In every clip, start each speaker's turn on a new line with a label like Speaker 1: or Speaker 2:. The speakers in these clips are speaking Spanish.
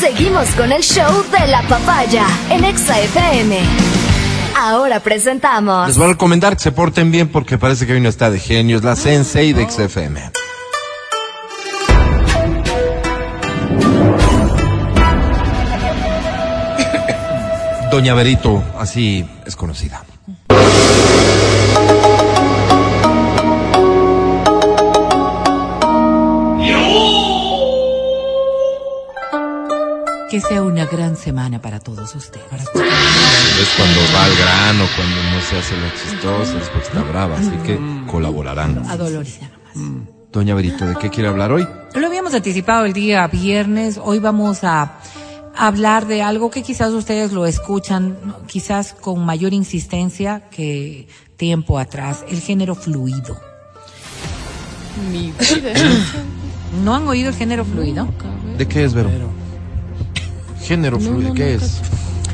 Speaker 1: Seguimos con el show de la papaya en Exa FM. Ahora presentamos.
Speaker 2: Les voy a recomendar que se porten bien porque parece que hoy no está de genios la Sensei de XFM. Doña Berito, así es conocida.
Speaker 3: Que sea una gran semana para todos ustedes.
Speaker 2: Es cuando va al grano, cuando no se hace la chistosa, es porque está brava, así que colaborarán.
Speaker 3: Adolorida nomás.
Speaker 2: Doña Berito, ¿de qué quiere hablar hoy?
Speaker 3: Lo habíamos anticipado el día viernes. Hoy vamos a hablar de algo que quizás ustedes lo escuchan, ¿no? quizás con mayor insistencia que tiempo atrás, el género fluido.
Speaker 4: Mi vida.
Speaker 3: ¿No han oído el género fluido?
Speaker 2: ¿De qué es, Vero? Género fluido, ¿qué es?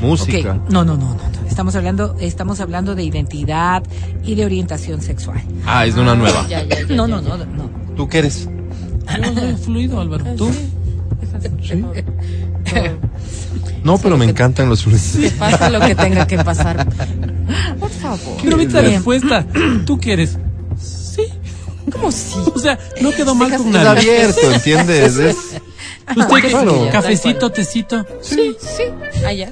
Speaker 2: Música.
Speaker 3: Ok, No, no, no, no. no. Estamos hablando, estamos hablando de identidad y de orientación sexual.
Speaker 2: Ah, es de una nueva.
Speaker 4: Ya, ya, ya.
Speaker 3: No, no, no, no.
Speaker 2: ¿Tú qué eres?
Speaker 5: Yo soy fluido, Álvaro. ¿Tú?
Speaker 2: No, pero me encantan los fluidos.
Speaker 4: Que pasa lo que tenga que pasar. Por favor.
Speaker 5: Quiero ver la
Speaker 3: Bien.
Speaker 5: respuesta. ¿Tú qué eres? Sí.
Speaker 4: ¿Cómo sí?
Speaker 5: O sea, no quedó mal con
Speaker 2: Es
Speaker 5: nadie.
Speaker 2: abierto, ¿entiendes? Es-
Speaker 5: ¿Usted qué?
Speaker 2: Claro.
Speaker 5: ¿Cafecito, tecito?
Speaker 4: Sí, sí. Allá.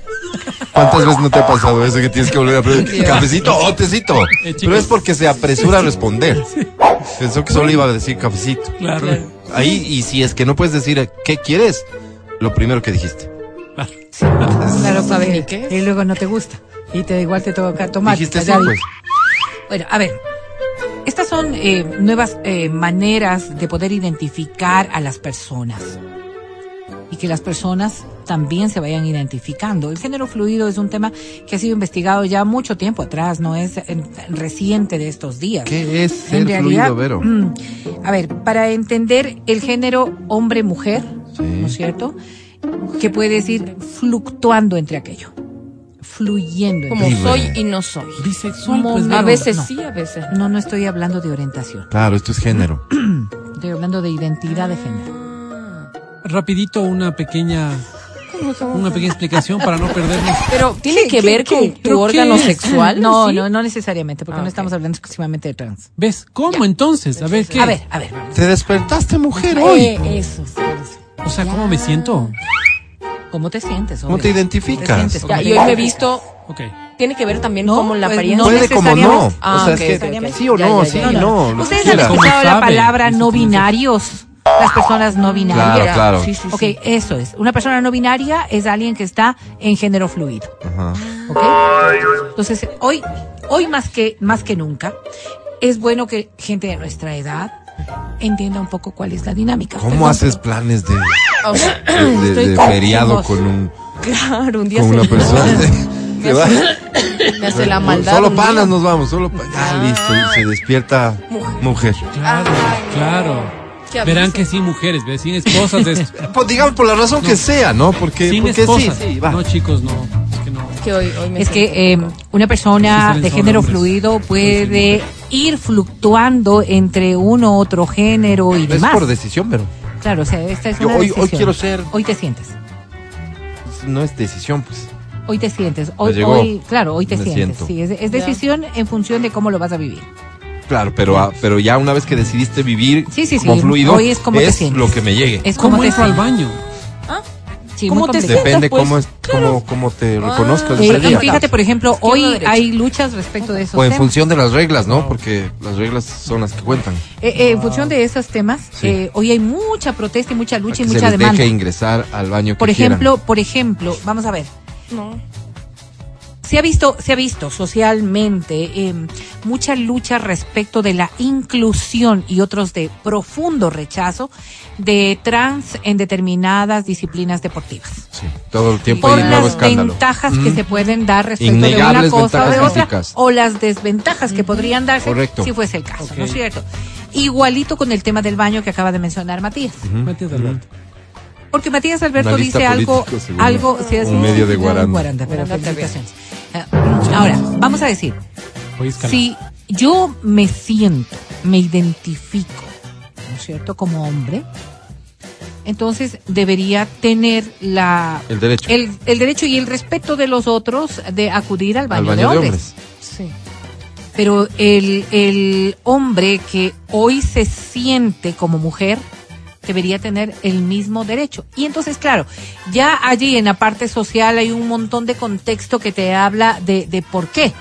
Speaker 2: ¿Cuántas veces no te ha pasado eso que tienes que volver a preguntar? ¿Cafecito o tecito?
Speaker 5: chicos.
Speaker 2: Pero es porque se apresura a responder. Pensó que solo iba a decir cafecito.
Speaker 5: Claro.
Speaker 2: Ahí, y si es que no puedes decir eh, qué quieres, lo primero que dijiste.
Speaker 3: Claro,
Speaker 4: sabe
Speaker 3: Pavel,
Speaker 4: ni qué es.
Speaker 3: Y luego no te gusta. Y te igual te toca tomar.
Speaker 2: Dijiste sí,
Speaker 3: Ya vi.
Speaker 2: pues.
Speaker 3: Bueno, a ver. Estas son eh, nuevas eh, maneras de poder identificar a las personas. Y que las personas también se vayan identificando. El género fluido es un tema que ha sido investigado ya mucho tiempo atrás, no es eh, reciente de estos días.
Speaker 2: ¿Qué es
Speaker 3: En
Speaker 2: ser
Speaker 3: realidad,
Speaker 2: fluido, Vero?
Speaker 3: mm, a ver, para entender el género hombre-mujer,
Speaker 2: Sí.
Speaker 3: ¿no es cierto? Que puede decir fluctuando entre aquello, fluyendo. entre-
Speaker 4: Como
Speaker 2: Libre.
Speaker 4: soy y no soy.
Speaker 5: Bisexual, pues.
Speaker 4: A
Speaker 5: Vero.
Speaker 4: veces
Speaker 3: no.
Speaker 4: sí, a veces no.
Speaker 3: No, no estoy hablando de orientación,
Speaker 2: Claro, esto es género.
Speaker 3: estoy hablando de identidad de género.
Speaker 5: Rapidito una pequeña, una pequeña explicación para no perdernos.
Speaker 4: Pero tiene que ver con tu
Speaker 5: pero
Speaker 4: órgano
Speaker 5: qué es?
Speaker 4: sexual.
Speaker 3: No,
Speaker 4: ¿sí?
Speaker 3: no, no necesariamente, porque
Speaker 4: Ah,
Speaker 3: no
Speaker 4: ok.
Speaker 3: estamos hablando exclusivamente de trans.
Speaker 5: ¿Ves? ¿Cómo entonces? A ver, ¿qué?
Speaker 3: A ver, a ver, vamos.
Speaker 2: Te despertaste mujer hoy.
Speaker 4: Eh, eso, sí, eso.
Speaker 5: O sea, ¿cómo me siento?
Speaker 3: ¿Cómo te sientes?
Speaker 2: ¿Cómo
Speaker 3: obvio?
Speaker 2: te
Speaker 3: ¿Cómo
Speaker 2: identificas?
Speaker 3: te sientes?
Speaker 4: Ya,
Speaker 3: ¿Cómo
Speaker 4: y
Speaker 3: te
Speaker 4: hoy me he
Speaker 3: identificas?
Speaker 4: visto.
Speaker 5: Ok.
Speaker 4: Tiene que ver también
Speaker 3: No,
Speaker 4: como la
Speaker 3: pues,
Speaker 4: apariencia.
Speaker 3: no
Speaker 2: Puede como no.
Speaker 3: necesariamente.
Speaker 2: O
Speaker 4: Ah,
Speaker 2: sea,
Speaker 4: ok,
Speaker 2: es que
Speaker 4: ok,
Speaker 2: sí o
Speaker 4: ya,
Speaker 2: no,
Speaker 4: ya,
Speaker 2: sí
Speaker 4: ya,
Speaker 2: o
Speaker 4: ya.
Speaker 2: no. lo que
Speaker 3: Ustedes han
Speaker 2: quieras.
Speaker 5: ¿Cómo
Speaker 3: escuchado la
Speaker 5: saben?
Speaker 3: palabra
Speaker 5: Eso
Speaker 3: no
Speaker 5: es lo que-
Speaker 3: binarios. Las personas no binarias.
Speaker 2: Claro, claro.
Speaker 4: Sí, sí, sí.
Speaker 3: Ok, eso es. Una persona no binaria es alguien que está en género fluido.
Speaker 2: Ajá.
Speaker 3: ¿ok? Entonces, hoy, hoy más que, más que nunca, es bueno que gente de nuestra edad entienda un poco cuál es la dinámica.
Speaker 2: ¿Cómo
Speaker 3: Perdón,
Speaker 2: haces planes de,
Speaker 4: O sea,
Speaker 2: de- de-
Speaker 3: Estoy
Speaker 2: de
Speaker 3: con-
Speaker 2: feriado
Speaker 3: con-
Speaker 2: con, un,
Speaker 4: claro, un día
Speaker 2: con
Speaker 4: se
Speaker 2: una
Speaker 4: me-
Speaker 2: persona?
Speaker 4: me
Speaker 2: Te
Speaker 4: hace-
Speaker 2: vas-
Speaker 4: Me hace la
Speaker 2: Bueno,
Speaker 4: maldad.
Speaker 2: Solo
Speaker 4: un día.
Speaker 2: panas nos vamos, solo pa- Ah, listo, y se despierta mujer.
Speaker 5: Claro, claro.
Speaker 4: qué abuso.
Speaker 5: Verán que sin mujeres, ¿ves? sin esposas de esto.
Speaker 2: Pues, digamos por la razón que sea, ¿no? Porque,
Speaker 5: sin
Speaker 2: porque sí,
Speaker 5: esposas.
Speaker 2: sí, va.
Speaker 5: No, chicos, no. Es que no.
Speaker 4: Que hoy, hoy me
Speaker 3: Es
Speaker 4: siento
Speaker 3: que eh,
Speaker 4: un poco-
Speaker 3: una persona
Speaker 5: Sí,
Speaker 3: de
Speaker 5: salen
Speaker 3: género
Speaker 5: hombres.
Speaker 3: fluido
Speaker 5: Sí,
Speaker 3: puede ir fluctuando entre uno otro género y
Speaker 2: es
Speaker 3: demás.
Speaker 2: por decisión, pero
Speaker 3: Claro, o sea, esta es
Speaker 2: Yo
Speaker 3: una
Speaker 2: hoy- hoy
Speaker 3: decisión.
Speaker 2: quiero ser-
Speaker 3: Hoy te sientes.
Speaker 2: no es decisión, pues.
Speaker 3: Hoy te sientes. Hoy,
Speaker 2: llegó.
Speaker 3: hoy- claro, hoy te
Speaker 2: Me
Speaker 3: sientes.
Speaker 2: siento.
Speaker 3: Sí, es, es
Speaker 4: Ya.
Speaker 3: decisión en función de cómo lo vas a vivir.
Speaker 2: Claro, pero, ah, pero ya una vez que decidiste vivir
Speaker 3: Sí, sí, sí.
Speaker 2: como fluido,
Speaker 3: Hoy es como te sientes.
Speaker 2: lo que me llegue.
Speaker 3: Es
Speaker 5: ¿Cómo,
Speaker 3: cómo te
Speaker 5: entro al
Speaker 3: sientes.
Speaker 5: baño?
Speaker 3: Sí,
Speaker 5: cómo
Speaker 3: muy
Speaker 5: te
Speaker 3: complicado.
Speaker 5: sientes?
Speaker 2: Depende
Speaker 5: pues,
Speaker 2: cómo, es, cómo, cómo te reconozcas.
Speaker 3: Eh,
Speaker 2: ese
Speaker 3: y
Speaker 2: día.
Speaker 3: fíjate, por ejemplo, hoy
Speaker 4: derecha.
Speaker 3: hay luchas respecto de esos
Speaker 2: o en
Speaker 3: temas.
Speaker 2: función de las reglas, ¿no? Porque las reglas son las que cuentan.
Speaker 3: Eh, eh, en función de esos temas,
Speaker 2: Sí.
Speaker 3: eh, hoy hay mucha protesta y mucha
Speaker 2: A
Speaker 3: lucha
Speaker 2: que
Speaker 3: y
Speaker 2: se
Speaker 3: mucha
Speaker 2: les
Speaker 3: demanda.
Speaker 2: deje ingresar al baño que
Speaker 3: Por
Speaker 2: quieran.
Speaker 3: ejemplo, por ejemplo, vamos a ver.
Speaker 4: No.
Speaker 3: Se ha visto, se ha visto socialmente eh, mucha lucha respecto de la inclusión y otros de profundo rechazo de trans en determinadas disciplinas deportivas.
Speaker 2: Sí, todo el tiempo
Speaker 3: por
Speaker 2: hay nuevo
Speaker 3: las
Speaker 2: escándalo. Mm.
Speaker 3: ventajas que se pueden dar respecto de una
Speaker 2: Innegables
Speaker 3: cosa o de
Speaker 2: ventajas
Speaker 3: otra,
Speaker 2: físicas.
Speaker 3: o las desventajas que podrían darse
Speaker 2: Correcto.
Speaker 3: si fuese el caso,
Speaker 5: Ok.
Speaker 3: ¿no es cierto? Igualito con el tema del baño que acaba de mencionar Matías.
Speaker 5: Matías Alberto.
Speaker 3: Porque Matías Alberto
Speaker 2: Analista
Speaker 3: dice algo,
Speaker 2: político, según
Speaker 3: algo, sí, es
Speaker 2: un medio de Guaranda.
Speaker 3: pero
Speaker 4: Guaranda TV.
Speaker 3: felicitaciones. Ah, Ahora, vamos a decir,
Speaker 5: Voy a escalar.
Speaker 3: si yo me siento, me identifico, ¿no es cierto?, como hombre, entonces debería tener la
Speaker 2: El derecho.
Speaker 3: el, el derecho y el respeto de los otros de acudir al
Speaker 2: al
Speaker 3: baño,
Speaker 2: baño
Speaker 3: de hombres.
Speaker 4: Sí.
Speaker 3: Pero el, el hombre que hoy se siente como mujer debería tener el mismo derecho. Y entonces, claro, ya allí en la parte social hay un montón de contexto que te habla de, de por qué.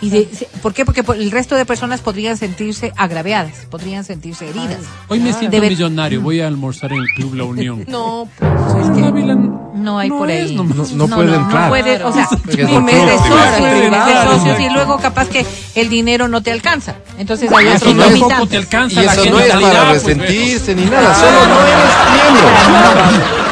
Speaker 3: Y de, ¿Por qué? Porque por- el resto de personas podrían sentirse agraviadas, podrían sentirse heridas.
Speaker 5: Hoy me siento
Speaker 3: Ah, Debe-
Speaker 5: millonario, voy a almorzar en el Club La Unión.
Speaker 4: No, pues,
Speaker 5: Es que Ávila
Speaker 3: No hay por
Speaker 5: es
Speaker 3: ahí.
Speaker 5: nomás.
Speaker 2: No, no puede
Speaker 4: no, no
Speaker 2: entrar.
Speaker 3: puede, o sea,
Speaker 2: Porque
Speaker 3: ni
Speaker 2: es
Speaker 3: mes de
Speaker 2: otro
Speaker 3: socios,
Speaker 2: lugar.
Speaker 3: ni mes de
Speaker 5: Claro,
Speaker 3: socios y
Speaker 5: exacto.
Speaker 3: luego capaz que el dinero no te alcanza. Entonces hay
Speaker 5: Eso
Speaker 3: otros
Speaker 5: no es
Speaker 3: limitantes.
Speaker 5: poco te alcanza
Speaker 2: Y
Speaker 5: la
Speaker 2: eso no es para
Speaker 5: genitalidad, pues, ah,
Speaker 2: resentirse ni nada, solo no eres miembro.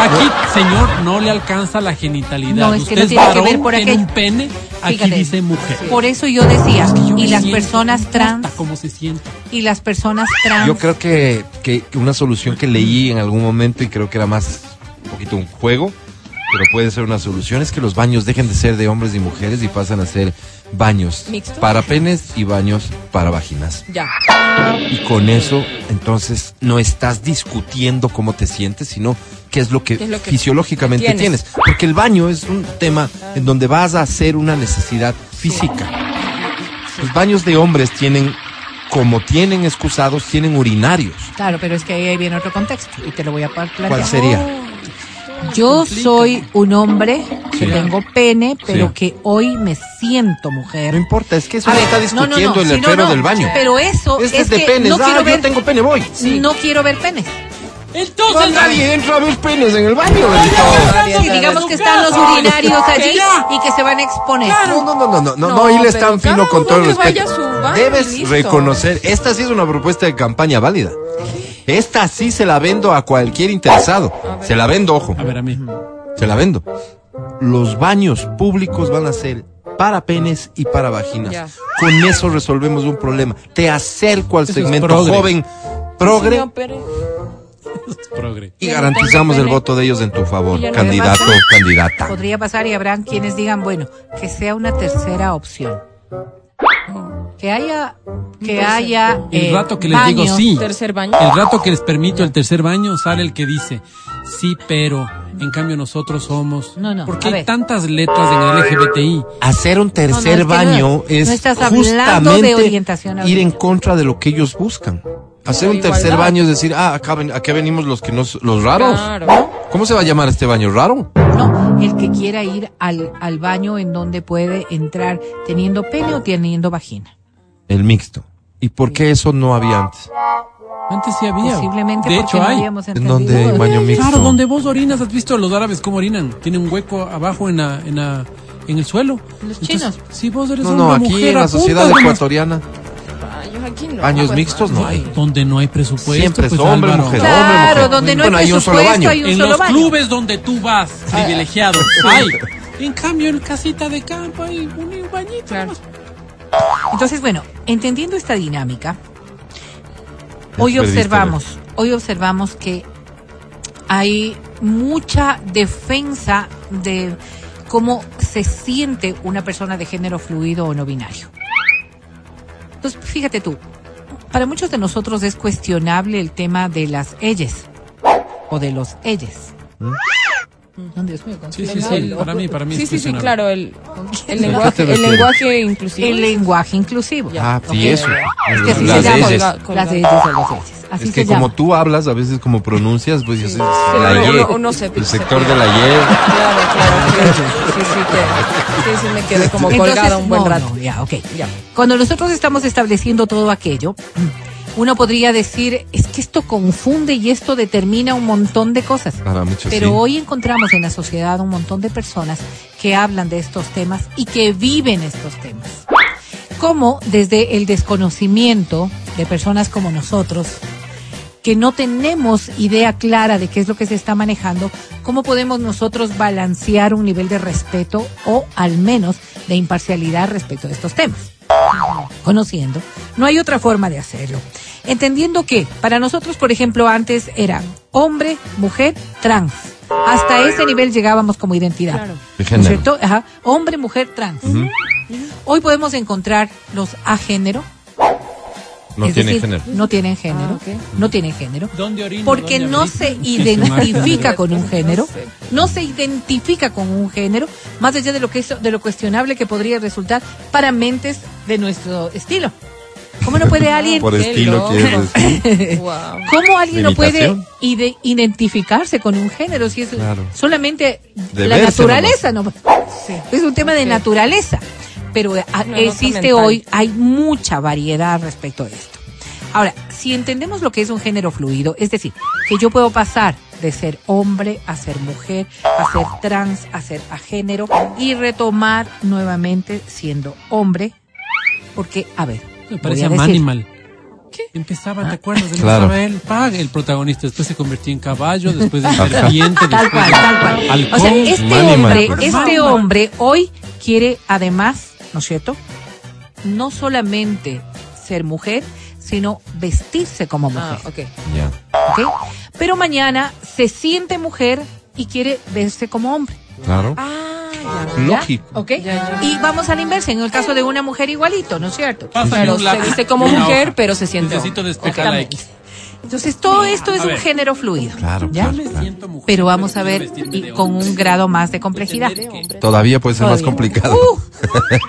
Speaker 5: Aquí, señor, no le alcanza la genitalidad.
Speaker 3: No, es que
Speaker 5: Usted
Speaker 3: no tiene que
Speaker 5: varón,
Speaker 3: ver por
Speaker 5: tiene
Speaker 3: aquello.
Speaker 5: un pene, aquí
Speaker 3: Fíjate.
Speaker 5: dice mujer.
Speaker 3: Por eso yo decía,
Speaker 5: Es que yo me
Speaker 3: y las
Speaker 5: siento, no
Speaker 3: personas
Speaker 5: importa
Speaker 3: trans,
Speaker 5: ¿Cómo se siente?
Speaker 3: y las personas
Speaker 5: pues.
Speaker 3: trans,
Speaker 2: Yo creo que, que que una solución que leí en algún momento y creo que era más un poquito un juego, pero puede ser una solución, es que los baños dejen de ser de hombres y mujeres y pasan a ser baños
Speaker 4: Mixtos.
Speaker 2: para penes y baños para vaginas.
Speaker 4: ya.
Speaker 2: Y con eso, entonces, no estás discutiendo cómo te sientes, sino qué es lo que,
Speaker 4: ¿Qué es lo que
Speaker 2: fisiológicamente tienes?
Speaker 4: tienes?
Speaker 2: Porque el baño es un tema en donde vas a hacer una necesidad física. Los baños de hombres tienen, como tienen excusados, tienen urinarios.
Speaker 3: claro, pero es que ahí viene otro contexto y te lo voy a pa-
Speaker 2: ¿Cuál
Speaker 3: plantear.
Speaker 2: sería?
Speaker 3: Yo soy un hombre que
Speaker 5: Sí.
Speaker 3: tengo pene, pero
Speaker 2: Sí.
Speaker 3: que hoy me siento
Speaker 2: No
Speaker 3: mujer.
Speaker 2: importa, es que eso
Speaker 3: A
Speaker 2: no
Speaker 3: ver,
Speaker 2: está
Speaker 3: no, no, no,
Speaker 2: discutiendo el
Speaker 3: sí, no,
Speaker 2: herrero
Speaker 3: no,
Speaker 2: del baño.
Speaker 3: Pero eso
Speaker 2: este
Speaker 3: es
Speaker 2: es de
Speaker 3: que
Speaker 2: penes.
Speaker 3: no
Speaker 2: Ah,
Speaker 3: quiero
Speaker 2: yo
Speaker 3: ver,
Speaker 2: tengo pene, voy.
Speaker 3: no quiero ver penes.
Speaker 5: Entonces,
Speaker 2: Pues nadie entra a ver penes en el baño. bendito.
Speaker 3: Sí, digamos que están los
Speaker 5: Ay,
Speaker 3: urinarios allí
Speaker 5: ya.
Speaker 3: y que se van a exponer.
Speaker 2: No, no, no, no, no, no,
Speaker 4: No,
Speaker 2: no, ahí le
Speaker 4: pero
Speaker 2: están
Speaker 4: cada
Speaker 2: fino con
Speaker 4: uno
Speaker 2: todo el
Speaker 4: que
Speaker 2: respeto.
Speaker 4: vaya a su baño y
Speaker 2: Debes
Speaker 4: listo.
Speaker 2: reconocer, esta sí es una propuesta de campaña válida. Esta sí se la vendo a cualquier interesado. Se la vendo, ojo,
Speaker 5: A ver, a mí.
Speaker 2: se la vendo. Los baños públicos van a ser para penes y para vaginas.
Speaker 4: Ya.
Speaker 2: Con eso resolvemos un problema. Te acerco al
Speaker 5: Eso es
Speaker 2: segmento
Speaker 5: progre.
Speaker 2: joven progre
Speaker 4: Señor Pérez,
Speaker 5: Progre.
Speaker 2: y garantizamos el voto de ellos en tu favor,
Speaker 4: Y ya no hay
Speaker 2: candidato
Speaker 4: más.
Speaker 2: o candidata.
Speaker 3: Podría pasar y habrán quienes digan, bueno, que sea una tercera opción. Que haya, que haya.
Speaker 5: Pues, El
Speaker 3: eh,
Speaker 5: rato que les digo
Speaker 3: baños.
Speaker 5: sí.
Speaker 4: tercer baño.
Speaker 5: El rato que les permito el tercer baño sale el que dice sí, pero en cambio nosotros somos.
Speaker 3: No, no,
Speaker 5: ¿Por qué
Speaker 3: a
Speaker 5: hay
Speaker 3: ver.
Speaker 5: tantas letras en el LGBTI?
Speaker 2: hacer un tercer
Speaker 3: No, no, es que
Speaker 2: baño
Speaker 3: no-
Speaker 2: es
Speaker 3: no estás hablando
Speaker 2: justamente
Speaker 3: de orientación
Speaker 2: ir
Speaker 3: ahorita.
Speaker 2: en contra de lo que ellos buscan. Hacer
Speaker 4: No,
Speaker 2: un
Speaker 4: igualdad.
Speaker 2: tercer baño es decir, ah, acá, ven- acá venimos los que no, s- los raros.
Speaker 4: Claro.
Speaker 2: ¿Cómo se va a llamar este baño? ¿Raro?
Speaker 3: No, el que quiera ir al, al baño en donde puede entrar teniendo pene o teniendo vagina.
Speaker 2: El mixto. ¿Y por qué eso no había
Speaker 3: Ah,
Speaker 2: antes?
Speaker 5: Antes sí había.
Speaker 3: Posiblemente
Speaker 5: de
Speaker 3: porque
Speaker 5: hecho
Speaker 3: no
Speaker 5: hay.
Speaker 3: habíamos
Speaker 2: ¿En
Speaker 3: entendido.
Speaker 2: dónde hay baño mixto?
Speaker 5: Claro, donde vos orinas, ¿has visto los árabes cómo orinan? Tienen un hueco abajo en la, en la, en el suelo.
Speaker 4: Los chinos.
Speaker 5: Si vos eres
Speaker 2: No,
Speaker 5: una
Speaker 2: no, aquí
Speaker 5: mujer,
Speaker 2: en la
Speaker 5: apuntas
Speaker 2: sociedad
Speaker 5: nomás.
Speaker 2: ecuatoriana,
Speaker 4: Baños aquí no.
Speaker 2: baños
Speaker 4: pues,
Speaker 2: mixtos no hay.
Speaker 5: Donde no hay presupuesto.
Speaker 2: Siempre es
Speaker 5: pues,
Speaker 2: hombre,
Speaker 5: Álvaro.
Speaker 2: mujer, hombre,
Speaker 3: Claro,
Speaker 2: mujer.
Speaker 3: donde no
Speaker 2: Bueno,
Speaker 3: hay
Speaker 2: hay un solo
Speaker 3: presupuesto
Speaker 2: baño.
Speaker 3: hay un
Speaker 5: en
Speaker 3: solo
Speaker 5: los
Speaker 3: baño.
Speaker 5: clubes donde tú vas, privilegiado, hay. En cambio, en casita de campo hay un un bañito.
Speaker 4: Claro.
Speaker 3: Entonces, bueno, entendiendo esta dinámica, hoy
Speaker 2: perdiste,
Speaker 3: observamos, hoy observamos que hay mucha defensa de cómo se siente una persona de género fluido o no binario. Entonces, fíjate tú, para muchos de nosotros es cuestionable el tema de las ellas o de los ellas. No, Dios mío,
Speaker 5: Sí, sí, sí, para mí, para mí.
Speaker 4: Sí,
Speaker 5: es
Speaker 4: sí, sí,
Speaker 5: cuestionable.
Speaker 4: claro. El, el,
Speaker 2: ¿A qué te
Speaker 4: lenguaje, el
Speaker 2: refieres?
Speaker 4: lenguaje inclusivo.
Speaker 3: El lenguaje inclusivo.
Speaker 4: Ya.
Speaker 2: Ah, y
Speaker 3: Ok.
Speaker 2: eso.
Speaker 3: Es que así
Speaker 2: Las
Speaker 3: se llama.
Speaker 2: leyes.
Speaker 4: Colga- colga-
Speaker 3: Las leyes o los leyes. Así
Speaker 2: es que
Speaker 3: se
Speaker 2: como
Speaker 3: llama.
Speaker 2: tú hablas, a veces como pronuncias, pues es- es la
Speaker 4: uno-
Speaker 2: ye,
Speaker 4: uno- uno se-
Speaker 2: el
Speaker 4: se
Speaker 2: sector de la
Speaker 4: pierde.
Speaker 2: ye.
Speaker 4: Claro, claro. claro. Sí, sí, que, sí, sí, me quedé como colgada un buen
Speaker 3: no,
Speaker 4: rato.
Speaker 3: no, ya, ok.
Speaker 4: Ya.
Speaker 3: Cuando nosotros estamos estableciendo todo aquello, uno podría decir, es que esto confunde y esto determina un montón de cosas.
Speaker 2: Para muchos
Speaker 3: Pero
Speaker 2: Ah, sí.
Speaker 3: hoy encontramos en la sociedad un montón de personas que hablan de estos temas y que viven estos temas. Como desde el desconocimiento de personas como nosotros, que no tenemos idea clara de qué es lo que se está manejando, cómo podemos nosotros balancear un nivel de respeto o al menos de imparcialidad respecto de estos temas conociendo, no hay otra forma de hacerlo. Entendiendo que para nosotros, por ejemplo, antes era hombre, mujer, trans. Hasta ese nivel llegábamos como identidad.
Speaker 2: De
Speaker 4: Claro.
Speaker 3: ¿No es
Speaker 2: género.
Speaker 3: cierto? Ajá. Hombre, mujer, trans. Hoy podemos encontrar los agénero,
Speaker 2: No
Speaker 3: es
Speaker 2: tienen
Speaker 3: decir,
Speaker 2: género.
Speaker 3: No tienen género.
Speaker 4: Ah, ok.
Speaker 3: No tienen género.
Speaker 5: ¿Dónde orino?
Speaker 3: Porque
Speaker 5: ¿Dónde
Speaker 3: no
Speaker 5: orino?
Speaker 3: se
Speaker 5: marca.
Speaker 3: identifica con un género,
Speaker 4: Sí.
Speaker 3: no se identifica con un género, más allá de lo que eso, de lo cuestionable que podría resultar para mentes de nuestro estilo. ¿Cómo no puede alguien
Speaker 2: Por
Speaker 4: qué
Speaker 2: estilo,
Speaker 4: loco.
Speaker 2: quieres decir.
Speaker 4: Wow.
Speaker 3: ¿Cómo alguien no puede
Speaker 2: Limitación.
Speaker 3: ide- identificarse con un género si es
Speaker 2: Claro.
Speaker 3: solamente
Speaker 2: De
Speaker 3: la
Speaker 2: verse
Speaker 3: naturaleza? No, es un tema de
Speaker 4: Ok.
Speaker 3: naturaleza. Pero eh, a-
Speaker 4: Una nota
Speaker 3: existe
Speaker 4: mental.
Speaker 3: hoy, hay mucha variedad respecto a esto. Ahora, si entendemos lo que es un género fluido, es decir, que yo puedo pasar de ser hombre a ser mujer, a ser trans, a ser a género y retomar nuevamente siendo hombre, porque, a ver,
Speaker 5: Me
Speaker 3: voy
Speaker 5: parece
Speaker 3: a
Speaker 5: a
Speaker 3: decir-
Speaker 5: Manimal. Empezaba, ¿te acuerdas?
Speaker 2: Ah, Claro.
Speaker 5: Empezaba él, pag, el protagonista. Después se convirtió en caballo, después en
Speaker 2: Ajá.
Speaker 5: serpiente.
Speaker 3: Tal
Speaker 5: después
Speaker 3: cual,
Speaker 5: de-
Speaker 3: tal cual.
Speaker 5: Halcón.
Speaker 3: O sea, este
Speaker 2: Manimal,
Speaker 3: hombre,
Speaker 2: pues.
Speaker 3: este
Speaker 5: Manimal.
Speaker 3: hombre hoy quiere además, ¿no es cierto? No solamente ser mujer, sino vestirse como mujer.
Speaker 4: Ah, ok.
Speaker 2: Ya.
Speaker 3: ¿ok? Pero mañana se siente mujer y quiere verse como hombre.
Speaker 2: Claro.
Speaker 4: Ah, ya.
Speaker 3: ¿ya?
Speaker 2: Lógico.
Speaker 3: ¿Ok?
Speaker 4: Ya, ya.
Speaker 3: Y vamos a la inversa, en el caso de una mujer igualito, ¿no es cierto?
Speaker 5: Pásame
Speaker 4: Claro,
Speaker 5: un
Speaker 4: se
Speaker 5: lápiz
Speaker 4: viste como
Speaker 5: y una
Speaker 4: mujer,
Speaker 5: hoja.
Speaker 4: pero se siente
Speaker 5: Necesito
Speaker 4: hombre.
Speaker 5: despejar
Speaker 4: Ok.
Speaker 5: la X.
Speaker 3: Entonces todo esto es
Speaker 5: A
Speaker 3: un
Speaker 5: ver.
Speaker 3: género fluido.
Speaker 2: Claro,
Speaker 3: ¿ya?
Speaker 2: claro.
Speaker 5: mujer,
Speaker 3: Pero vamos a
Speaker 5: quiero
Speaker 3: ver
Speaker 5: vestirme
Speaker 3: y
Speaker 5: de
Speaker 3: con
Speaker 5: hombre.
Speaker 3: un grado más de complejidad.
Speaker 5: Entender que-
Speaker 2: Todavía puede ser más
Speaker 3: Todavía.
Speaker 2: complicado.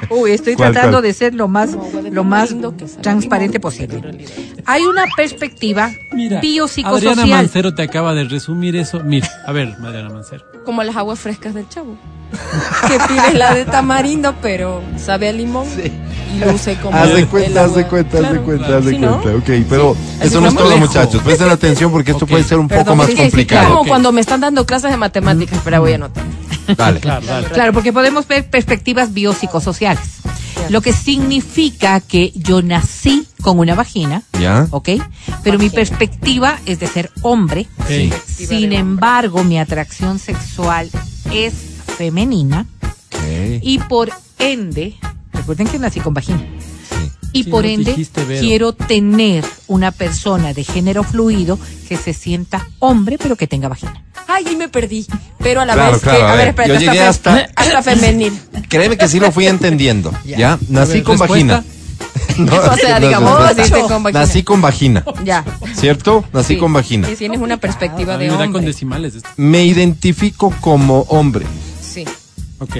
Speaker 3: Uh, uy, estoy
Speaker 2: ¿Cuál,
Speaker 3: tratando
Speaker 2: cuál?
Speaker 3: de ser lo más, lo más transparente
Speaker 4: En
Speaker 3: posible.
Speaker 4: realidad.
Speaker 3: Hay una perspectiva
Speaker 5: Mira, Adriana
Speaker 3: biopsicosocial.
Speaker 5: Mancero te acaba de resumir eso. Mira, a ver, Adriana Mancero.
Speaker 4: Como las aguas frescas del chavo. que pides la de tamarindo, pero sabe a limón. Y lo usé como.
Speaker 2: Haz de
Speaker 4: el
Speaker 2: cuenta, haz de
Speaker 4: agua.
Speaker 2: cuenta, haz de
Speaker 4: Claro.
Speaker 2: cuenta, haz de
Speaker 4: ¿Sí, no?
Speaker 2: cuenta. Ok, pero
Speaker 4: Así
Speaker 2: eso no es
Speaker 4: fue
Speaker 2: todo,
Speaker 4: muy
Speaker 2: muchachos. Presten atención porque esto
Speaker 5: Ok.
Speaker 2: puede ser un
Speaker 4: Perdón,
Speaker 2: poco más
Speaker 4: es que- es que
Speaker 2: complicado.
Speaker 4: Como
Speaker 5: Ok.
Speaker 4: cuando me están dando clases de matemáticas, pero voy a anotar.
Speaker 2: Dale.
Speaker 5: Claro, dale.
Speaker 3: Claro, porque podemos ver perspectivas biopsicosociales. Lo que significa que yo nací con una vagina,
Speaker 2: ¿Ya?
Speaker 3: ¿ok? Pero mi perspectiva es de ser hombre.
Speaker 5: Ok.
Speaker 3: Sin embargo, mi atracción sexual es femenina
Speaker 2: Ok.
Speaker 3: y por ende, recuerden que nací con vagina.
Speaker 2: Sí.
Speaker 3: y
Speaker 5: Sí,
Speaker 3: por
Speaker 5: nos
Speaker 3: ende
Speaker 5: dijiste, Vero.
Speaker 3: quiero tener una persona de género fluido que se sienta hombre pero que tenga vagina.
Speaker 4: Ay, ahí me perdí. Pero a la
Speaker 2: Claro,
Speaker 4: vez
Speaker 2: claro,
Speaker 4: que.
Speaker 2: a
Speaker 4: A
Speaker 2: ver,
Speaker 4: ver, espérate,
Speaker 2: yo
Speaker 4: hasta,
Speaker 2: llegué
Speaker 4: fe-
Speaker 2: hasta-
Speaker 4: hasta femenil.
Speaker 2: Créeme que sí lo fui entendiendo. ¿Ya? Nací
Speaker 5: ver,
Speaker 2: con
Speaker 5: respuesta.
Speaker 2: vagina. No,
Speaker 4: O sea, digamos,
Speaker 2: respuesta.
Speaker 4: naciste con vagina.
Speaker 2: Nací con vagina.
Speaker 4: Ya.
Speaker 2: ¿Cierto? Nací
Speaker 4: Sí.
Speaker 2: con vagina.
Speaker 4: Sí, tienes una perspectiva
Speaker 5: A mí
Speaker 4: de
Speaker 5: Ah, me da con
Speaker 4: hombre.
Speaker 5: decimales esto.
Speaker 2: Me identifico como hombre.
Speaker 4: Sí.
Speaker 5: Ok.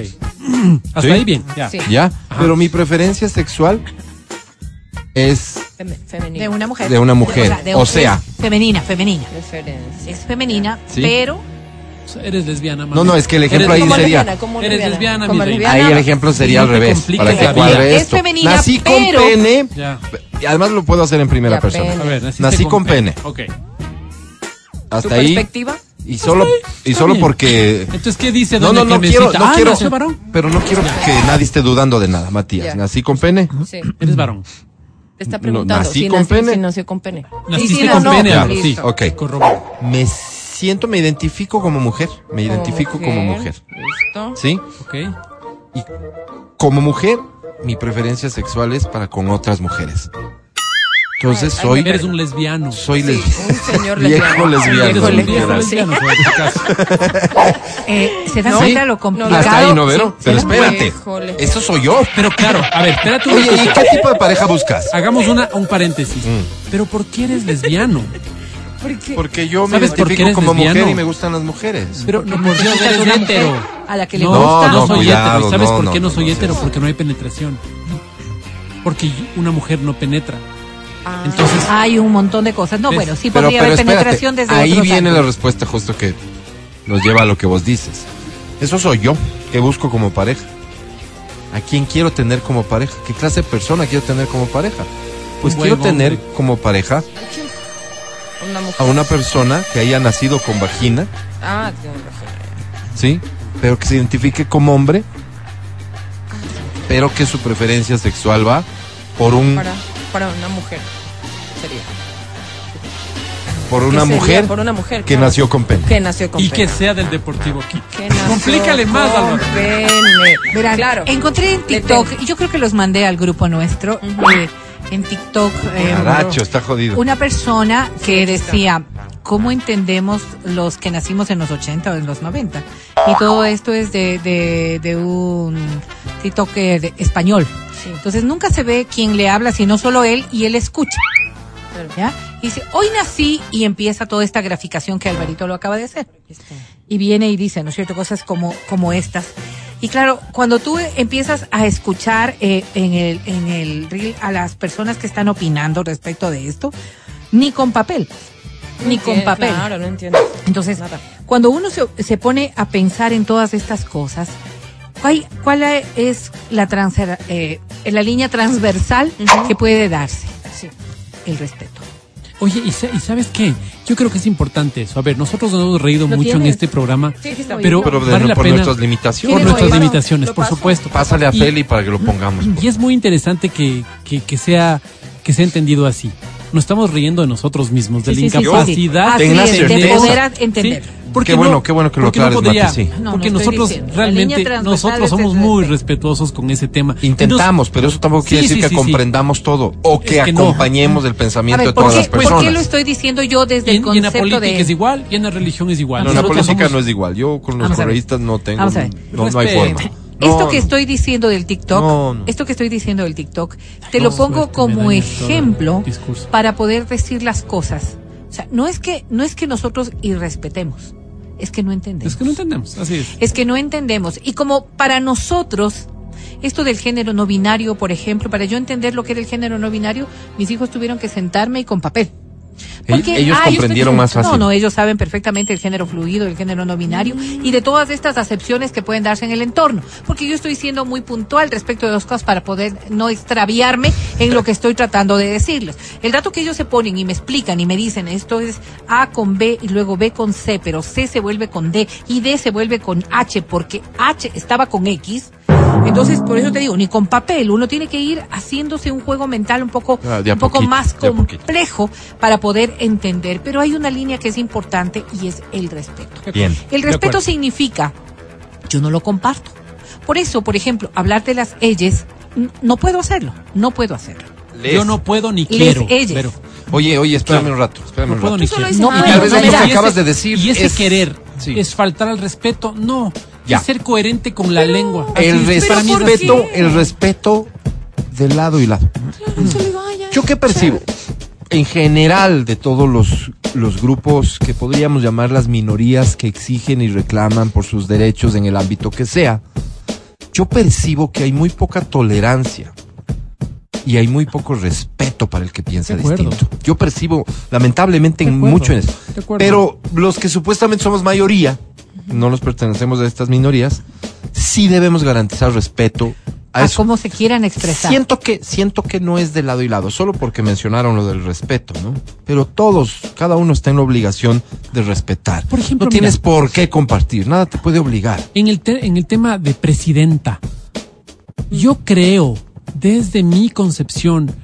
Speaker 5: Hasta
Speaker 2: ¿Sí?
Speaker 5: ahí bien, ya.
Speaker 4: Sí.
Speaker 2: ¿Ya? Pero mi preferencia sexual es
Speaker 4: Feme-
Speaker 3: De
Speaker 4: Femenil.
Speaker 3: una mujer.
Speaker 2: De una mujer,
Speaker 3: de-
Speaker 2: o sea.
Speaker 3: es femenina, femenina.
Speaker 4: Preferencia.
Speaker 3: Es femenina,
Speaker 2: Sí.
Speaker 3: pero
Speaker 5: O sea, Eres lesbiana, mami.
Speaker 2: No, no, es que el ejemplo ahí
Speaker 5: Eres
Speaker 4: Como
Speaker 2: sería-
Speaker 4: lesbiana, como
Speaker 5: Eres
Speaker 4: lesbiana.
Speaker 5: lesbiana,
Speaker 4: Como
Speaker 5: mi reina.
Speaker 4: lesbiana.
Speaker 2: Ahí el ejemplo sería
Speaker 5: no
Speaker 2: al
Speaker 5: te
Speaker 2: revés,
Speaker 5: compliques
Speaker 2: para
Speaker 5: la
Speaker 2: que
Speaker 5: vida.
Speaker 2: cuadre
Speaker 3: Es
Speaker 2: esto.
Speaker 3: femenina,
Speaker 2: Nací con
Speaker 3: pero-
Speaker 2: pene,
Speaker 5: Ya.
Speaker 2: y además lo puedo hacer en primera
Speaker 4: Ya,
Speaker 2: persona.
Speaker 4: pene.
Speaker 5: A ver, naciste
Speaker 2: Nací con pene.
Speaker 5: Ok.
Speaker 4: ¿Tu
Speaker 2: Hasta ahí,
Speaker 4: perspectiva?
Speaker 2: y solo, y
Speaker 5: está
Speaker 2: solo
Speaker 5: bien.
Speaker 2: porque...
Speaker 5: Entonces, ¿qué dice
Speaker 2: No,
Speaker 5: doña
Speaker 2: no, no
Speaker 5: Clemencita?
Speaker 2: quiero, no
Speaker 5: ah,
Speaker 2: quiero,
Speaker 5: nació varón.
Speaker 2: pero no quiero que nadie esté dudando de nada,
Speaker 4: Ya.
Speaker 2: Matías. Nací con pene,
Speaker 4: Sí.
Speaker 5: Eres varón.
Speaker 4: Te está
Speaker 2: No,
Speaker 4: preguntando
Speaker 2: nací
Speaker 4: si,
Speaker 2: con
Speaker 4: nací-
Speaker 2: pene.
Speaker 4: si nació con pene.
Speaker 5: Naciste
Speaker 3: sí, no,
Speaker 5: con
Speaker 3: no,
Speaker 5: pene,
Speaker 3: pero
Speaker 5: Álvaro, sí.
Speaker 3: listo.
Speaker 2: ok.
Speaker 5: Corroboro.
Speaker 2: Me siento, me identifico como mujer, me identifico como mujer,
Speaker 4: Listo.
Speaker 2: ¿sí?
Speaker 5: Ok.
Speaker 2: Como mujer, mi preferencia sexual es para con otras mujeres. Entonces
Speaker 4: Ay, ay,
Speaker 2: soy,
Speaker 5: Eres un lesbiano.
Speaker 2: soy
Speaker 4: Sí,
Speaker 2: lesbiana.
Speaker 4: un señor
Speaker 2: Viejo lesbiano.
Speaker 5: Eres un viejo
Speaker 2: lesbiana.
Speaker 5: lesbiano. por si acaso.
Speaker 3: eh, se dan
Speaker 2: ¿Sí?
Speaker 3: cuenta lo
Speaker 4: no,
Speaker 3: complicado.
Speaker 2: Hasta ahí, ¿no, Vero?
Speaker 3: Sí,
Speaker 2: Pero
Speaker 3: se dan-
Speaker 2: espérate,
Speaker 4: Híjole.
Speaker 2: eso soy yo.
Speaker 5: Pero claro, a ver, espérate un
Speaker 2: Oye, ¿y qué Mm. tipo de pareja buscas?
Speaker 5: Hagamos una, un paréntesis. Pero ¿por qué eres lesbiano?
Speaker 2: Porque yo me
Speaker 5: ¿Sabes por qué
Speaker 2: identifico
Speaker 5: eres
Speaker 2: como
Speaker 5: lesbiano?
Speaker 2: mujer y me gustan las mujeres.
Speaker 5: Pero no, por Dios,
Speaker 3: Necesitas
Speaker 5: eres
Speaker 3: una mujer
Speaker 5: hétero.
Speaker 3: a la que le
Speaker 5: no,
Speaker 3: gusta.
Speaker 5: No,
Speaker 2: No,
Speaker 5: soy
Speaker 2: cuidado,
Speaker 5: hétero. ¿Y sabes
Speaker 2: no,
Speaker 5: por qué
Speaker 2: no,
Speaker 5: no
Speaker 2: no,
Speaker 5: soy
Speaker 2: no,
Speaker 5: hétero?
Speaker 2: sí, sí.
Speaker 5: Porque no hay penetración. Porque yo- una mujer no penetra.
Speaker 4: Ah.
Speaker 5: Entonces,
Speaker 3: Hay un montón de cosas. No,
Speaker 5: ¿Ves?
Speaker 3: bueno, sí
Speaker 2: pero,
Speaker 3: podría
Speaker 2: pero
Speaker 3: haber penetración
Speaker 2: espérate,
Speaker 3: desde
Speaker 2: ahí
Speaker 3: otros
Speaker 2: viene la
Speaker 3: ángulos.
Speaker 2: respuesta justo que nos lleva a lo que vos dices. Eso soy yo, que busco como pareja. ¿A quién quiero tener como pareja? ¿Qué clase de persona quiero tener como pareja? Pues
Speaker 5: Un
Speaker 2: quiero
Speaker 5: buen
Speaker 2: tener
Speaker 5: hombre.
Speaker 2: como pareja
Speaker 4: Una mujer.
Speaker 2: a una persona que haya nacido con vagina,
Speaker 4: Ah, tiene razón.
Speaker 2: ¿sí? Pero que se identifique como hombre, pero que su preferencia sexual va por un
Speaker 4: Para, para una mujer. Sería.
Speaker 2: por una
Speaker 4: ¿Qué sería?
Speaker 2: mujer
Speaker 4: Por una mujer.
Speaker 2: que
Speaker 4: claro.
Speaker 2: nació con pene.
Speaker 4: Que nació con
Speaker 5: y que
Speaker 4: pene.
Speaker 5: sea del Deportivo Quito.
Speaker 4: Que nació
Speaker 5: Complícale más,
Speaker 4: con
Speaker 5: Álvaro.
Speaker 4: pene.
Speaker 3: Verán,
Speaker 4: claro.
Speaker 3: Encontré en
Speaker 4: Le
Speaker 3: TikTok,
Speaker 4: tengo.
Speaker 3: y yo creo que los mandé al grupo nuestro, eh, en TikTok. eh,
Speaker 2: Caracho, está jodido.
Speaker 3: una persona que decía, ¿cómo entendemos los que nacimos en los 80 o en los 90? Y todo esto es de, de, de un TikToker de- español. Entonces nunca se ve quién le habla, sino solo él y él escucha.
Speaker 4: Claro.
Speaker 3: ¿ya? Y dice, hoy nací y empieza toda esta graficación que Alvarito lo acaba de hacer. Y viene y dice, ¿no es cierto? Cosas como, como estas. Y claro, cuando tú empiezas a escuchar eh, en, el, en el reel a las personas que están opinando respecto de esto, ni con papel, ni
Speaker 4: No
Speaker 3: con
Speaker 4: entiendo,
Speaker 3: papel.
Speaker 4: Claro, no entiendo.
Speaker 3: Entonces,
Speaker 4: Nada.
Speaker 3: cuando uno se, se pone a pensar en todas estas cosas, ¿cuál, cuál es la, transa- eh, la línea transversal
Speaker 4: Ujú.
Speaker 3: que puede darse?
Speaker 4: Sí.
Speaker 3: El respeto.
Speaker 5: Oye, ¿y, sa- y sabes qué? Yo creo que es importante eso. A ver, nosotros nos hemos reído
Speaker 4: ¿Lo
Speaker 5: mucho en
Speaker 4: tienes?
Speaker 5: este programa
Speaker 4: Sí, sí, está
Speaker 5: Pero-
Speaker 4: bien.
Speaker 2: Pero de-
Speaker 5: vale la
Speaker 2: por
Speaker 5: pena.
Speaker 2: nuestras
Speaker 5: por
Speaker 2: limitaciones.
Speaker 4: ¿Tienes
Speaker 5: nuestras
Speaker 4: ahí?
Speaker 5: limitaciones,
Speaker 4: Lo
Speaker 5: por
Speaker 4: paso.
Speaker 5: supuesto.
Speaker 2: Pásale a
Speaker 5: Y-
Speaker 2: Feli para que lo pongamos. por
Speaker 5: Y es muy interesante que, que, que sea, que sea entendido así. Nos estamos riendo de nosotros mismos, de la
Speaker 3: Sí, sí, sí, sí, sí.
Speaker 5: incapacidad
Speaker 3: Así
Speaker 2: Ten la
Speaker 3: es, de
Speaker 2: certeza.
Speaker 3: poder a- entender.
Speaker 5: Sí,
Speaker 2: Qué bueno, qué bueno que lo
Speaker 5: porque
Speaker 2: aclares,
Speaker 5: podría-
Speaker 2: Mati, sí.
Speaker 3: No, no
Speaker 5: Porque
Speaker 3: estoy
Speaker 5: nosotros
Speaker 3: diciendo. La línea
Speaker 5: realmente,
Speaker 3: transversal
Speaker 5: nosotros
Speaker 3: es este.
Speaker 5: somos
Speaker 3: el
Speaker 5: muy
Speaker 3: respeto.
Speaker 5: respetuosos con ese tema.
Speaker 2: Intentamos, pero eso tampoco quiere
Speaker 5: Sí,
Speaker 2: decir
Speaker 5: sí,
Speaker 2: que
Speaker 5: sí, sí.
Speaker 2: comprendamos todo o que
Speaker 5: Es que no.
Speaker 2: acompañemos el
Speaker 3: A
Speaker 2: pensamiento
Speaker 3: ver,
Speaker 2: de
Speaker 3: ¿por
Speaker 2: todas
Speaker 3: qué,
Speaker 2: las
Speaker 3: por qué
Speaker 2: personas.
Speaker 3: lo estoy diciendo yo desde
Speaker 5: Y en, y
Speaker 3: el
Speaker 5: en la
Speaker 3: concepto
Speaker 5: política
Speaker 3: de...
Speaker 5: es igual y en la religión es igual.
Speaker 2: No, en la
Speaker 5: Nosotros
Speaker 2: política
Speaker 5: somos-
Speaker 2: no es igual. Yo con los
Speaker 3: Vamos a ver.
Speaker 2: correístas no tengo.
Speaker 3: Vamos a ver.
Speaker 2: No, no hay
Speaker 5: Respeta.
Speaker 2: forma.
Speaker 3: Esto
Speaker 2: No,
Speaker 3: que estoy diciendo del TikTok,
Speaker 2: No, no.
Speaker 3: esto que estoy diciendo del TikTok, te
Speaker 5: No,
Speaker 3: lo pongo
Speaker 5: suerte, me
Speaker 3: como
Speaker 5: dañas todo el
Speaker 3: ejemplo
Speaker 5: discurso.
Speaker 3: para poder decir las cosas. O sea, no es que no es que nosotros irrespetemos, es que no entendemos.
Speaker 5: Es que no entendemos, así es.
Speaker 3: es que no entendemos. Y como para nosotros, esto del género no binario, por ejemplo, para yo entender lo que era el género no binario, mis hijos tuvieron que sentarme y con papel. Porque,
Speaker 2: Ellos
Speaker 3: ah, yo estoy
Speaker 2: comprendieron
Speaker 3: diciendo-
Speaker 2: más fácil.
Speaker 3: No, no, ellos saben perfectamente el género fluido, el género no binario y de todas estas acepciones que pueden darse en el entorno. Porque yo estoy siendo muy puntual respecto de dos cosas para poder no extraviarme en lo que estoy tratando de decirles. El dato que ellos se ponen y me explican y me dicen esto es A con B y luego B con C, pero C se vuelve con D y D se vuelve con H porque H estaba con X. Entonces, por eso te digo, ni con papel, uno tiene que ir haciéndose un juego mental un poco,
Speaker 2: Ah, de a
Speaker 3: un poco
Speaker 2: poquito,
Speaker 3: más
Speaker 2: de a poquito.
Speaker 3: complejo para poder entender, pero hay una línea que es importante y es el respeto.
Speaker 2: Bien.
Speaker 3: El
Speaker 5: De
Speaker 3: respeto
Speaker 5: acuerdo.
Speaker 3: significa yo no lo comparto. Por eso, por ejemplo, hablar de las leyes, n- no puedo hacerlo, no puedo hacerlo.
Speaker 2: Les-
Speaker 5: Yo no puedo ni
Speaker 3: Les
Speaker 5: quiero.
Speaker 3: ellas.
Speaker 5: Pero
Speaker 2: Oye, oye, espérame un rato. Espérame
Speaker 5: no
Speaker 2: un
Speaker 5: puedo
Speaker 2: rato.
Speaker 5: ni
Speaker 4: Tú solo
Speaker 5: quiero.
Speaker 4: dices,
Speaker 3: No,
Speaker 4: "Ah,
Speaker 3: y tal vez
Speaker 4: no,
Speaker 3: eso
Speaker 4: mira".
Speaker 3: que
Speaker 5: y
Speaker 2: acabas de decir
Speaker 5: Y ese
Speaker 2: es-
Speaker 5: querer
Speaker 2: sí.
Speaker 5: es faltar al respeto. No,
Speaker 2: Ya.
Speaker 5: es ser coherente con la lengua. Así
Speaker 2: El
Speaker 5: es, para mí es así.
Speaker 2: respeto, el respeto de lado y lado.
Speaker 4: Yo le digo, "Ay, ay".
Speaker 2: ¿Yo qué percibo? En general, de todos los, los grupos que podríamos llamar las minorías que exigen y reclaman por sus derechos en el ámbito que sea, yo percibo que hay muy poca tolerancia y hay muy poco respeto para el que piensa
Speaker 5: De acuerdo.
Speaker 2: distinto. Yo percibo, lamentablemente,
Speaker 5: De
Speaker 2: en
Speaker 5: acuerdo,
Speaker 2: mucho en eso.
Speaker 5: de acuerdo.
Speaker 2: Pero los que supuestamente somos mayoría, no nos pertenecemos a estas minorías, sí debemos garantizar respeto a,
Speaker 3: A
Speaker 2: eso.
Speaker 3: cómo se quieran expresar.
Speaker 2: Siento que, siento que no es de lado y lado, solo porque mencionaron lo del respeto, ¿no? Pero todos, cada uno está en la obligación de respetar.
Speaker 5: Por ejemplo,
Speaker 2: no tienes
Speaker 5: mira.
Speaker 2: por qué compartir, nada te puede obligar.
Speaker 5: En el, te- en el tema de presidenta, yo creo, desde mi concepción,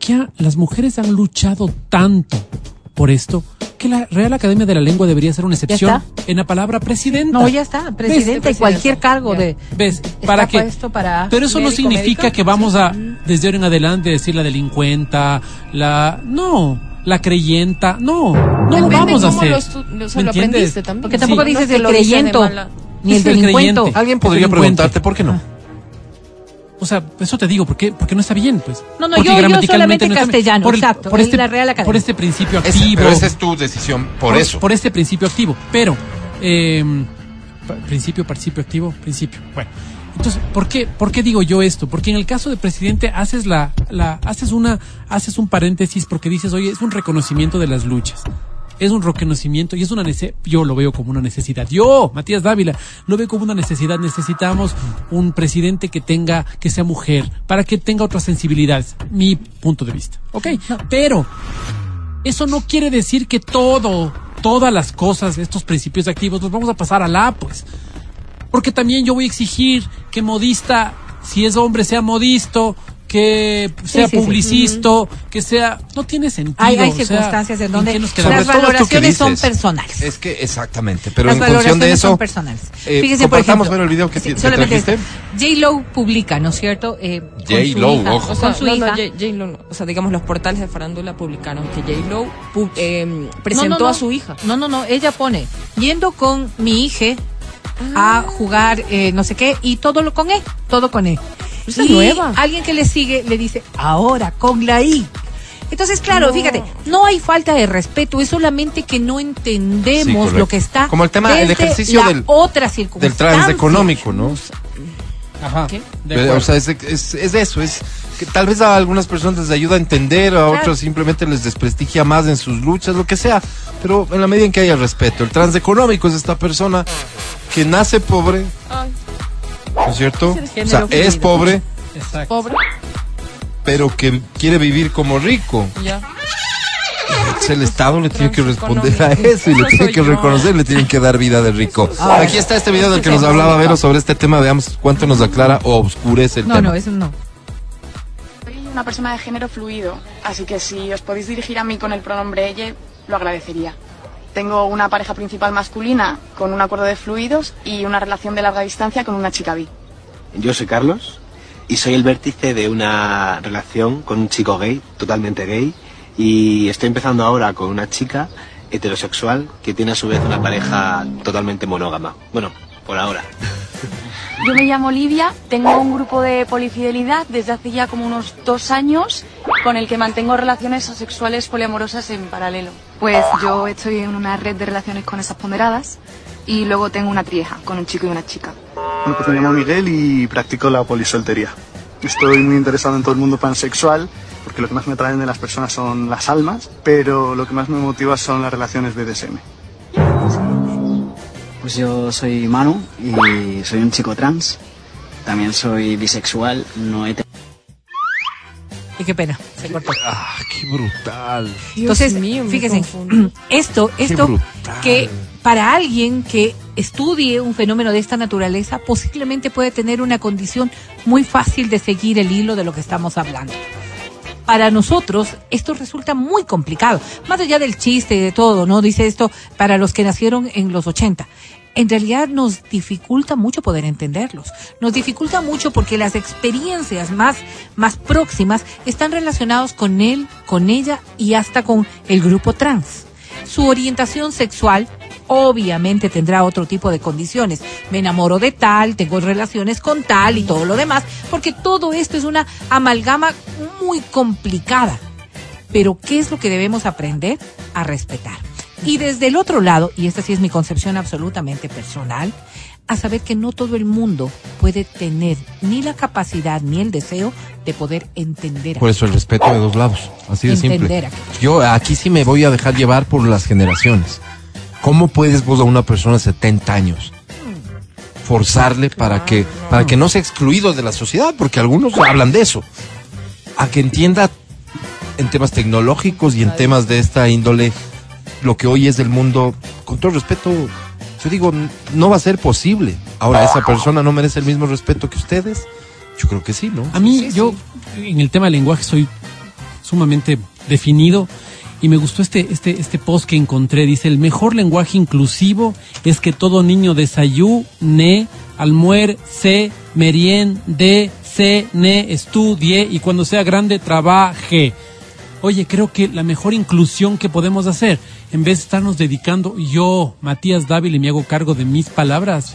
Speaker 5: que a- las mujeres han luchado tanto por esto que la Real Academia de la Lengua debería ser una excepción en la palabra presidenta.
Speaker 3: No, ya está, presidente,
Speaker 4: presidenta.
Speaker 3: cualquier cargo
Speaker 4: Ya.
Speaker 3: de...
Speaker 5: ¿Ves?
Speaker 3: Está
Speaker 5: ¿Para qué?
Speaker 3: puesto para
Speaker 5: Pero eso no
Speaker 3: médico,
Speaker 5: significa
Speaker 3: médico.
Speaker 5: que vamos a, desde ahora en adelante, decir la delincuenta, la. No, la creyenta. No, no lo
Speaker 4: Depende
Speaker 5: vamos a
Speaker 4: cómo
Speaker 5: hacer.
Speaker 4: lo estu- o sea,
Speaker 5: ¿Me
Speaker 4: lo
Speaker 5: entiendes?
Speaker 4: aprendiste también.
Speaker 3: Porque tampoco
Speaker 4: Sí.
Speaker 3: dices
Speaker 4: No es que
Speaker 3: el
Speaker 4: lo hice de
Speaker 3: creyento,
Speaker 4: mala-
Speaker 3: ni el
Speaker 5: Es el
Speaker 3: delincuento.
Speaker 5: creyente.
Speaker 2: Alguien podría
Speaker 5: Delincuente.
Speaker 2: preguntarte por qué no.
Speaker 5: O sea, eso te digo, porque, porque no está bien, pues.
Speaker 3: No, no,
Speaker 5: Porque
Speaker 3: yo- yo
Speaker 5: gramaticalmente
Speaker 3: solamente
Speaker 5: está bien.
Speaker 3: castellano,
Speaker 5: Por
Speaker 3: exacto,
Speaker 5: Por
Speaker 3: en
Speaker 5: este,
Speaker 3: la Real Academia.
Speaker 5: Por este principio
Speaker 2: Ese-
Speaker 5: activo.
Speaker 2: pero esa es tu decisión, por, eso.
Speaker 5: Por este principio activo. Pero, eh, pa- principio, principio activo, principio. Bueno. Entonces, ¿por qué, ¿por qué digo yo esto? Porque en el caso de presidente haces la, la, haces una, haces un paréntesis porque dices, oye, es un reconocimiento de las luchas. Es un reconocimiento y es una necesidad. Yo lo veo como una necesidad. Yo, Matías Dávila, lo veo como una necesidad. Necesitamos un presidente que tenga, que sea mujer, para que tenga otras sensibilidades. Mi punto de vista. Ok. Pero eso no quiere decir que todo, todas las cosas, estos principios activos, los vamos a pasar a la, pues. Porque también yo voy a exigir que modista, si es hombre, sea modisto, que que sea
Speaker 3: sí, sí.
Speaker 5: publicisto, que sea... No tiene sentido.
Speaker 3: Hay, hay
Speaker 5: o sea,
Speaker 3: circunstancias en
Speaker 5: qué
Speaker 3: donde
Speaker 5: nos quedamos?
Speaker 2: Sobre
Speaker 3: las
Speaker 2: todo lo que
Speaker 3: valoraciones son
Speaker 2: dices.
Speaker 3: personales.
Speaker 2: Es que exactamente, pero
Speaker 3: las
Speaker 2: en función de
Speaker 3: valoraciones
Speaker 2: eso,
Speaker 3: son personales.
Speaker 2: eh,
Speaker 3: Fíjese, por
Speaker 2: compartamos,
Speaker 3: ejemplo,
Speaker 2: bueno, el video que ti- que
Speaker 3: solamente este.
Speaker 2: trajiste.
Speaker 3: J Lo publica, ¿no es cierto? Eh, con su
Speaker 2: J.Lo,
Speaker 3: hija,
Speaker 2: ojo.
Speaker 4: O sea,
Speaker 3: Con su
Speaker 4: no, no,
Speaker 3: hija.
Speaker 4: J- J.Lo no. O sea, digamos, los portales de farándula publicaron que J-Lo pu- eh, presentó
Speaker 3: No, no, no.
Speaker 4: a su hija.
Speaker 3: No, no, no, ella pone yendo con mi hija
Speaker 4: Ah.
Speaker 3: a jugar eh, no sé qué y todo lo con él, todo con él.
Speaker 4: Esa es
Speaker 3: Y
Speaker 4: nueva.
Speaker 3: Alguien que le sigue le dice, ahora con la I. Entonces, claro,
Speaker 4: No.
Speaker 3: fíjate, no hay falta de respeto, es solamente que no
Speaker 2: Sí,
Speaker 3: entendemos
Speaker 2: correcto.
Speaker 3: lo que está
Speaker 2: Como el tema del
Speaker 3: desde
Speaker 2: ejercicio
Speaker 3: la
Speaker 2: del-
Speaker 3: otra
Speaker 2: del
Speaker 3: circunstancia.
Speaker 2: trans económico, ¿no?
Speaker 5: Ajá.
Speaker 4: ¿Qué?
Speaker 5: de
Speaker 2: Pero,
Speaker 5: acuerdo.
Speaker 2: o sea, es, es- es eso, es que tal vez a algunas personas les ayuda a entender, a otros simplemente les desprestigia más en sus luchas, lo que sea, pero en la medida en que haya respeto. El transeconómico es esta persona que nace pobre, ¿no es cierto?
Speaker 4: Es el
Speaker 2: O sea,
Speaker 4: género
Speaker 2: es
Speaker 4: fluido.
Speaker 2: pobre,
Speaker 5: Exacto.
Speaker 4: Pobre,
Speaker 2: pero que quiere vivir como rico.
Speaker 4: ya.
Speaker 2: Entonces, El Estado le tiene que responder a
Speaker 4: Transeconómico.
Speaker 2: eso y le
Speaker 4: Eso
Speaker 2: tiene que
Speaker 4: soy yo.
Speaker 2: reconocer, le tienen que dar vida de rico.
Speaker 3: Ahora,
Speaker 2: Aquí está este video del que nos hablaba Vero sobre este tema, veamos cuánto nos aclara o oscurece el
Speaker 3: No,
Speaker 2: tema.
Speaker 3: no, eso no.
Speaker 6: Soy una persona de género fluido, así que si os podéis dirigir a mí con el pronombre ella, lo agradecería. Tengo una pareja principal masculina con un acuerdo de fluidos y una relación de larga distancia con una chica bi.
Speaker 7: Yo soy Carlos y soy el vértice de una relación con un chico gay, totalmente gay, y estoy empezando ahora con una chica heterosexual que tiene a su vez una pareja totalmente monógama. Bueno, por ahora.
Speaker 8: Yo me llamo Livia, tengo un grupo de polifidelidad desde hace ya como unos dos años con el que mantengo relaciones asexuales poliamorosas en paralelo.
Speaker 6: Pues yo estoy en una red de relaciones con esas ponderadas y luego tengo una trieja con un chico y una chica.
Speaker 9: Bueno, pues me llamo Miguel y practico la polisoltería. Estoy muy interesado en todo el mundo pansexual, porque lo que más me atraen de las personas son las almas, pero lo que más me motiva son las relaciones BDSM.
Speaker 10: Pues yo soy Manu y soy un chico trans. También soy bisexual, no he
Speaker 3: Y qué pena, se cortó.
Speaker 2: Ah, qué brutal.
Speaker 3: Entonces, fíjense, esto, esto
Speaker 2: brutal.
Speaker 3: que para alguien que estudie un fenómeno de esta naturaleza, posiblemente puede tener una condición muy fácil de seguir el hilo de lo que estamos hablando. Para nosotros esto resulta muy complicado, más allá del chiste y de todo, ¿no? Dice esto para los que nacieron en los 80. En realidad nos dificulta mucho poder entenderlos. Nos dificulta mucho porque las experiencias más, más próximas están relacionados con él, con ella y hasta con el grupo trans. Su orientación sexual obviamente tendrá otro tipo de condiciones. Me enamoro de tal, tengo relaciones con tal y todo lo demás, porque todo esto es una amalgama muy complicada. Pero ¿qué es lo que debemos aprender? A respetar. Y desde el otro lado, y esta sí es mi concepción absolutamente personal, a saber que no todo el mundo puede tener ni la capacidad ni el deseo de poder entender. a
Speaker 2: Por eso el respeto de dos lados, así de
Speaker 3: Entender
Speaker 2: simple.
Speaker 3: aquello.
Speaker 2: Yo aquí sí me voy a dejar llevar por las generaciones. ¿Cómo puedes vos a una persona de 70 años forzarle para que para que no sea excluido de la sociedad? Porque algunos hablan de eso. A que entienda en temas tecnológicos y en temas de esta índole lo que hoy es el mundo, con todo respeto, yo digo, n- no va a ser posible. Ahora, ¿esa persona no merece el mismo respeto que ustedes? Yo creo que sí, ¿no?
Speaker 5: A mí, yo en el tema del lenguaje soy sumamente definido y me gustó este, este, este post que encontré. Dice, el mejor lenguaje inclusivo es que todo niño desayune, almuerce, meriende, cene, estudie y cuando sea grande trabaje. Oye, creo que la mejor inclusión que podemos hacer, en vez de estarnos dedicando yo, Matías Dávila, y me hago cargo de mis palabras,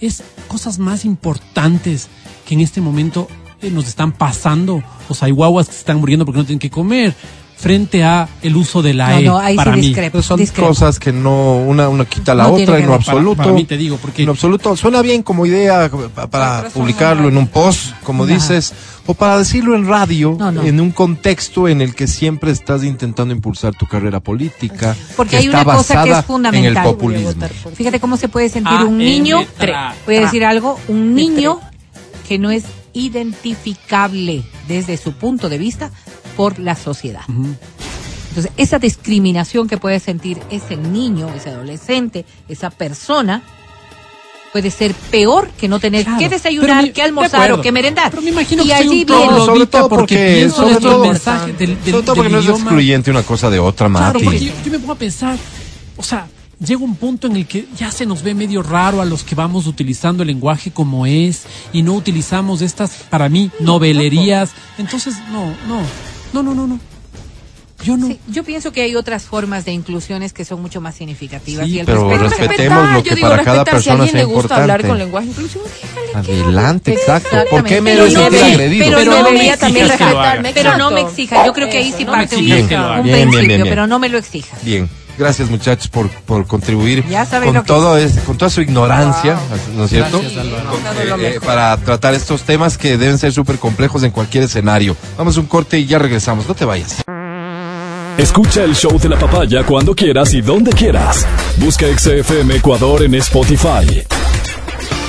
Speaker 5: es cosas más importantes que en este momento eh, nos están pasando. Los aiguaguas que se están muriendo porque no tienen que comer, frente a el uso de la
Speaker 3: No,
Speaker 5: E.
Speaker 3: no, ahí
Speaker 5: para
Speaker 3: sí
Speaker 5: mí.
Speaker 3: discrepo.
Speaker 2: Pero son
Speaker 3: Eh, discrepo.
Speaker 2: cosas que no, una, una quita la
Speaker 3: No tiene
Speaker 2: otra
Speaker 3: que
Speaker 2: en lo
Speaker 3: ver.
Speaker 5: Para-
Speaker 2: absoluto.
Speaker 5: para mí te digo, porque
Speaker 2: En lo absoluto. Suena bien como idea como pa- para
Speaker 4: Otras son
Speaker 2: publicarlo en un post, como
Speaker 3: Ajá.
Speaker 2: dices, o para decirlo en radio,
Speaker 3: No, no.
Speaker 2: en un contexto en el que siempre estás intentando impulsar tu carrera política.
Speaker 3: Porque
Speaker 2: que
Speaker 3: hay una
Speaker 2: está
Speaker 3: cosa que
Speaker 2: basada
Speaker 3: es fundamental.
Speaker 2: En el
Speaker 4: Voy a
Speaker 2: populismo.
Speaker 4: votar por-
Speaker 3: Fíjate cómo se puede sentir
Speaker 5: Ah,
Speaker 3: un
Speaker 5: eh,
Speaker 3: niño.
Speaker 5: eh, tra-
Speaker 3: Voy a
Speaker 5: tra-
Speaker 3: decir algo, un niño que no es identificable desde su punto de vista por la sociedad. Entonces, esa discriminación que puede sentir ese niño, ese adolescente, esa persona, puede ser peor que no tener
Speaker 5: Claro.
Speaker 3: que
Speaker 5: Pero
Speaker 3: desayunar,
Speaker 5: mi- de
Speaker 3: que almorzar
Speaker 5: acuerdo.
Speaker 3: o que merendar.
Speaker 5: Pero me imagino
Speaker 3: y
Speaker 5: que soy
Speaker 3: allí
Speaker 5: un pro-
Speaker 3: viene.
Speaker 5: Todo
Speaker 2: sobre
Speaker 5: lógido,
Speaker 2: todo
Speaker 5: porque
Speaker 2: porque,
Speaker 5: pienso
Speaker 2: sobre
Speaker 5: dentro del
Speaker 2: todo,
Speaker 5: mensaje, del- del-
Speaker 2: sobre todo
Speaker 5: del
Speaker 2: porque no es
Speaker 5: idioma.
Speaker 2: excluyente una cosa de otra,
Speaker 5: Claro,
Speaker 2: Mati.
Speaker 5: porque yo, yo me pongo a pensar, o sea, llega un punto en el que ya se nos ve medio raro a los que vamos utilizando el lenguaje como es y no utilizamos estas, para mí, novelerías. Entonces, no, no, no, no, no, no. Yo no.
Speaker 3: Sí, yo pienso que hay otras formas de inclusiones que son mucho más significativas.
Speaker 2: Sí,
Speaker 3: y el
Speaker 2: pero
Speaker 3: respeto-
Speaker 2: respeto-
Speaker 4: Respetar,
Speaker 2: Respetemos lo que
Speaker 4: yo digo,
Speaker 2: para cada
Speaker 4: respetar. Si a
Speaker 2: persona
Speaker 4: alguien
Speaker 2: sea
Speaker 4: le gusta hablar
Speaker 2: importante.
Speaker 4: con lenguaje inclusivo, déjale que
Speaker 2: Adelante, exacto. ¿Por qué me
Speaker 3: Pero
Speaker 2: debo
Speaker 3: no
Speaker 2: sentir
Speaker 3: me-
Speaker 2: agredido?
Speaker 3: pero
Speaker 4: Pero
Speaker 3: no me
Speaker 4: debería
Speaker 3: exijas
Speaker 4: también
Speaker 5: que lo haga.
Speaker 4: respetarme.
Speaker 3: Pero no me
Speaker 4: exacto.
Speaker 3: exija. Yo creo que ahí sí
Speaker 4: Eso, no me
Speaker 3: parte un,
Speaker 5: exijas
Speaker 3: un
Speaker 5: que lo haga.
Speaker 2: Bien, bien,
Speaker 3: principio,
Speaker 2: bien, bien.
Speaker 3: pero no me lo exijas.
Speaker 2: Bien, gracias muchachos por, por contribuir
Speaker 3: Ya saben lo
Speaker 2: con,
Speaker 3: que-
Speaker 2: todo es- con toda su ignorancia, ¿no es cierto?
Speaker 5: Gracias, Álvaro.
Speaker 2: Con- eh, eh, para tratar estos temas que deben ser súper complejos en cualquier escenario. Vamos a un corte y ya regresamos, no te vayas.
Speaker 11: Escucha el show de la papaya cuando quieras y donde quieras. Busca XFM Ecuador en Spotify.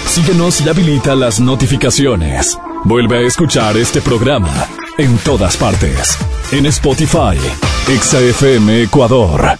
Speaker 11: Síguenos y habilita las notificaciones. Vuelve a escuchar este programa en todas partes. En Spotify, XFM Ecuador.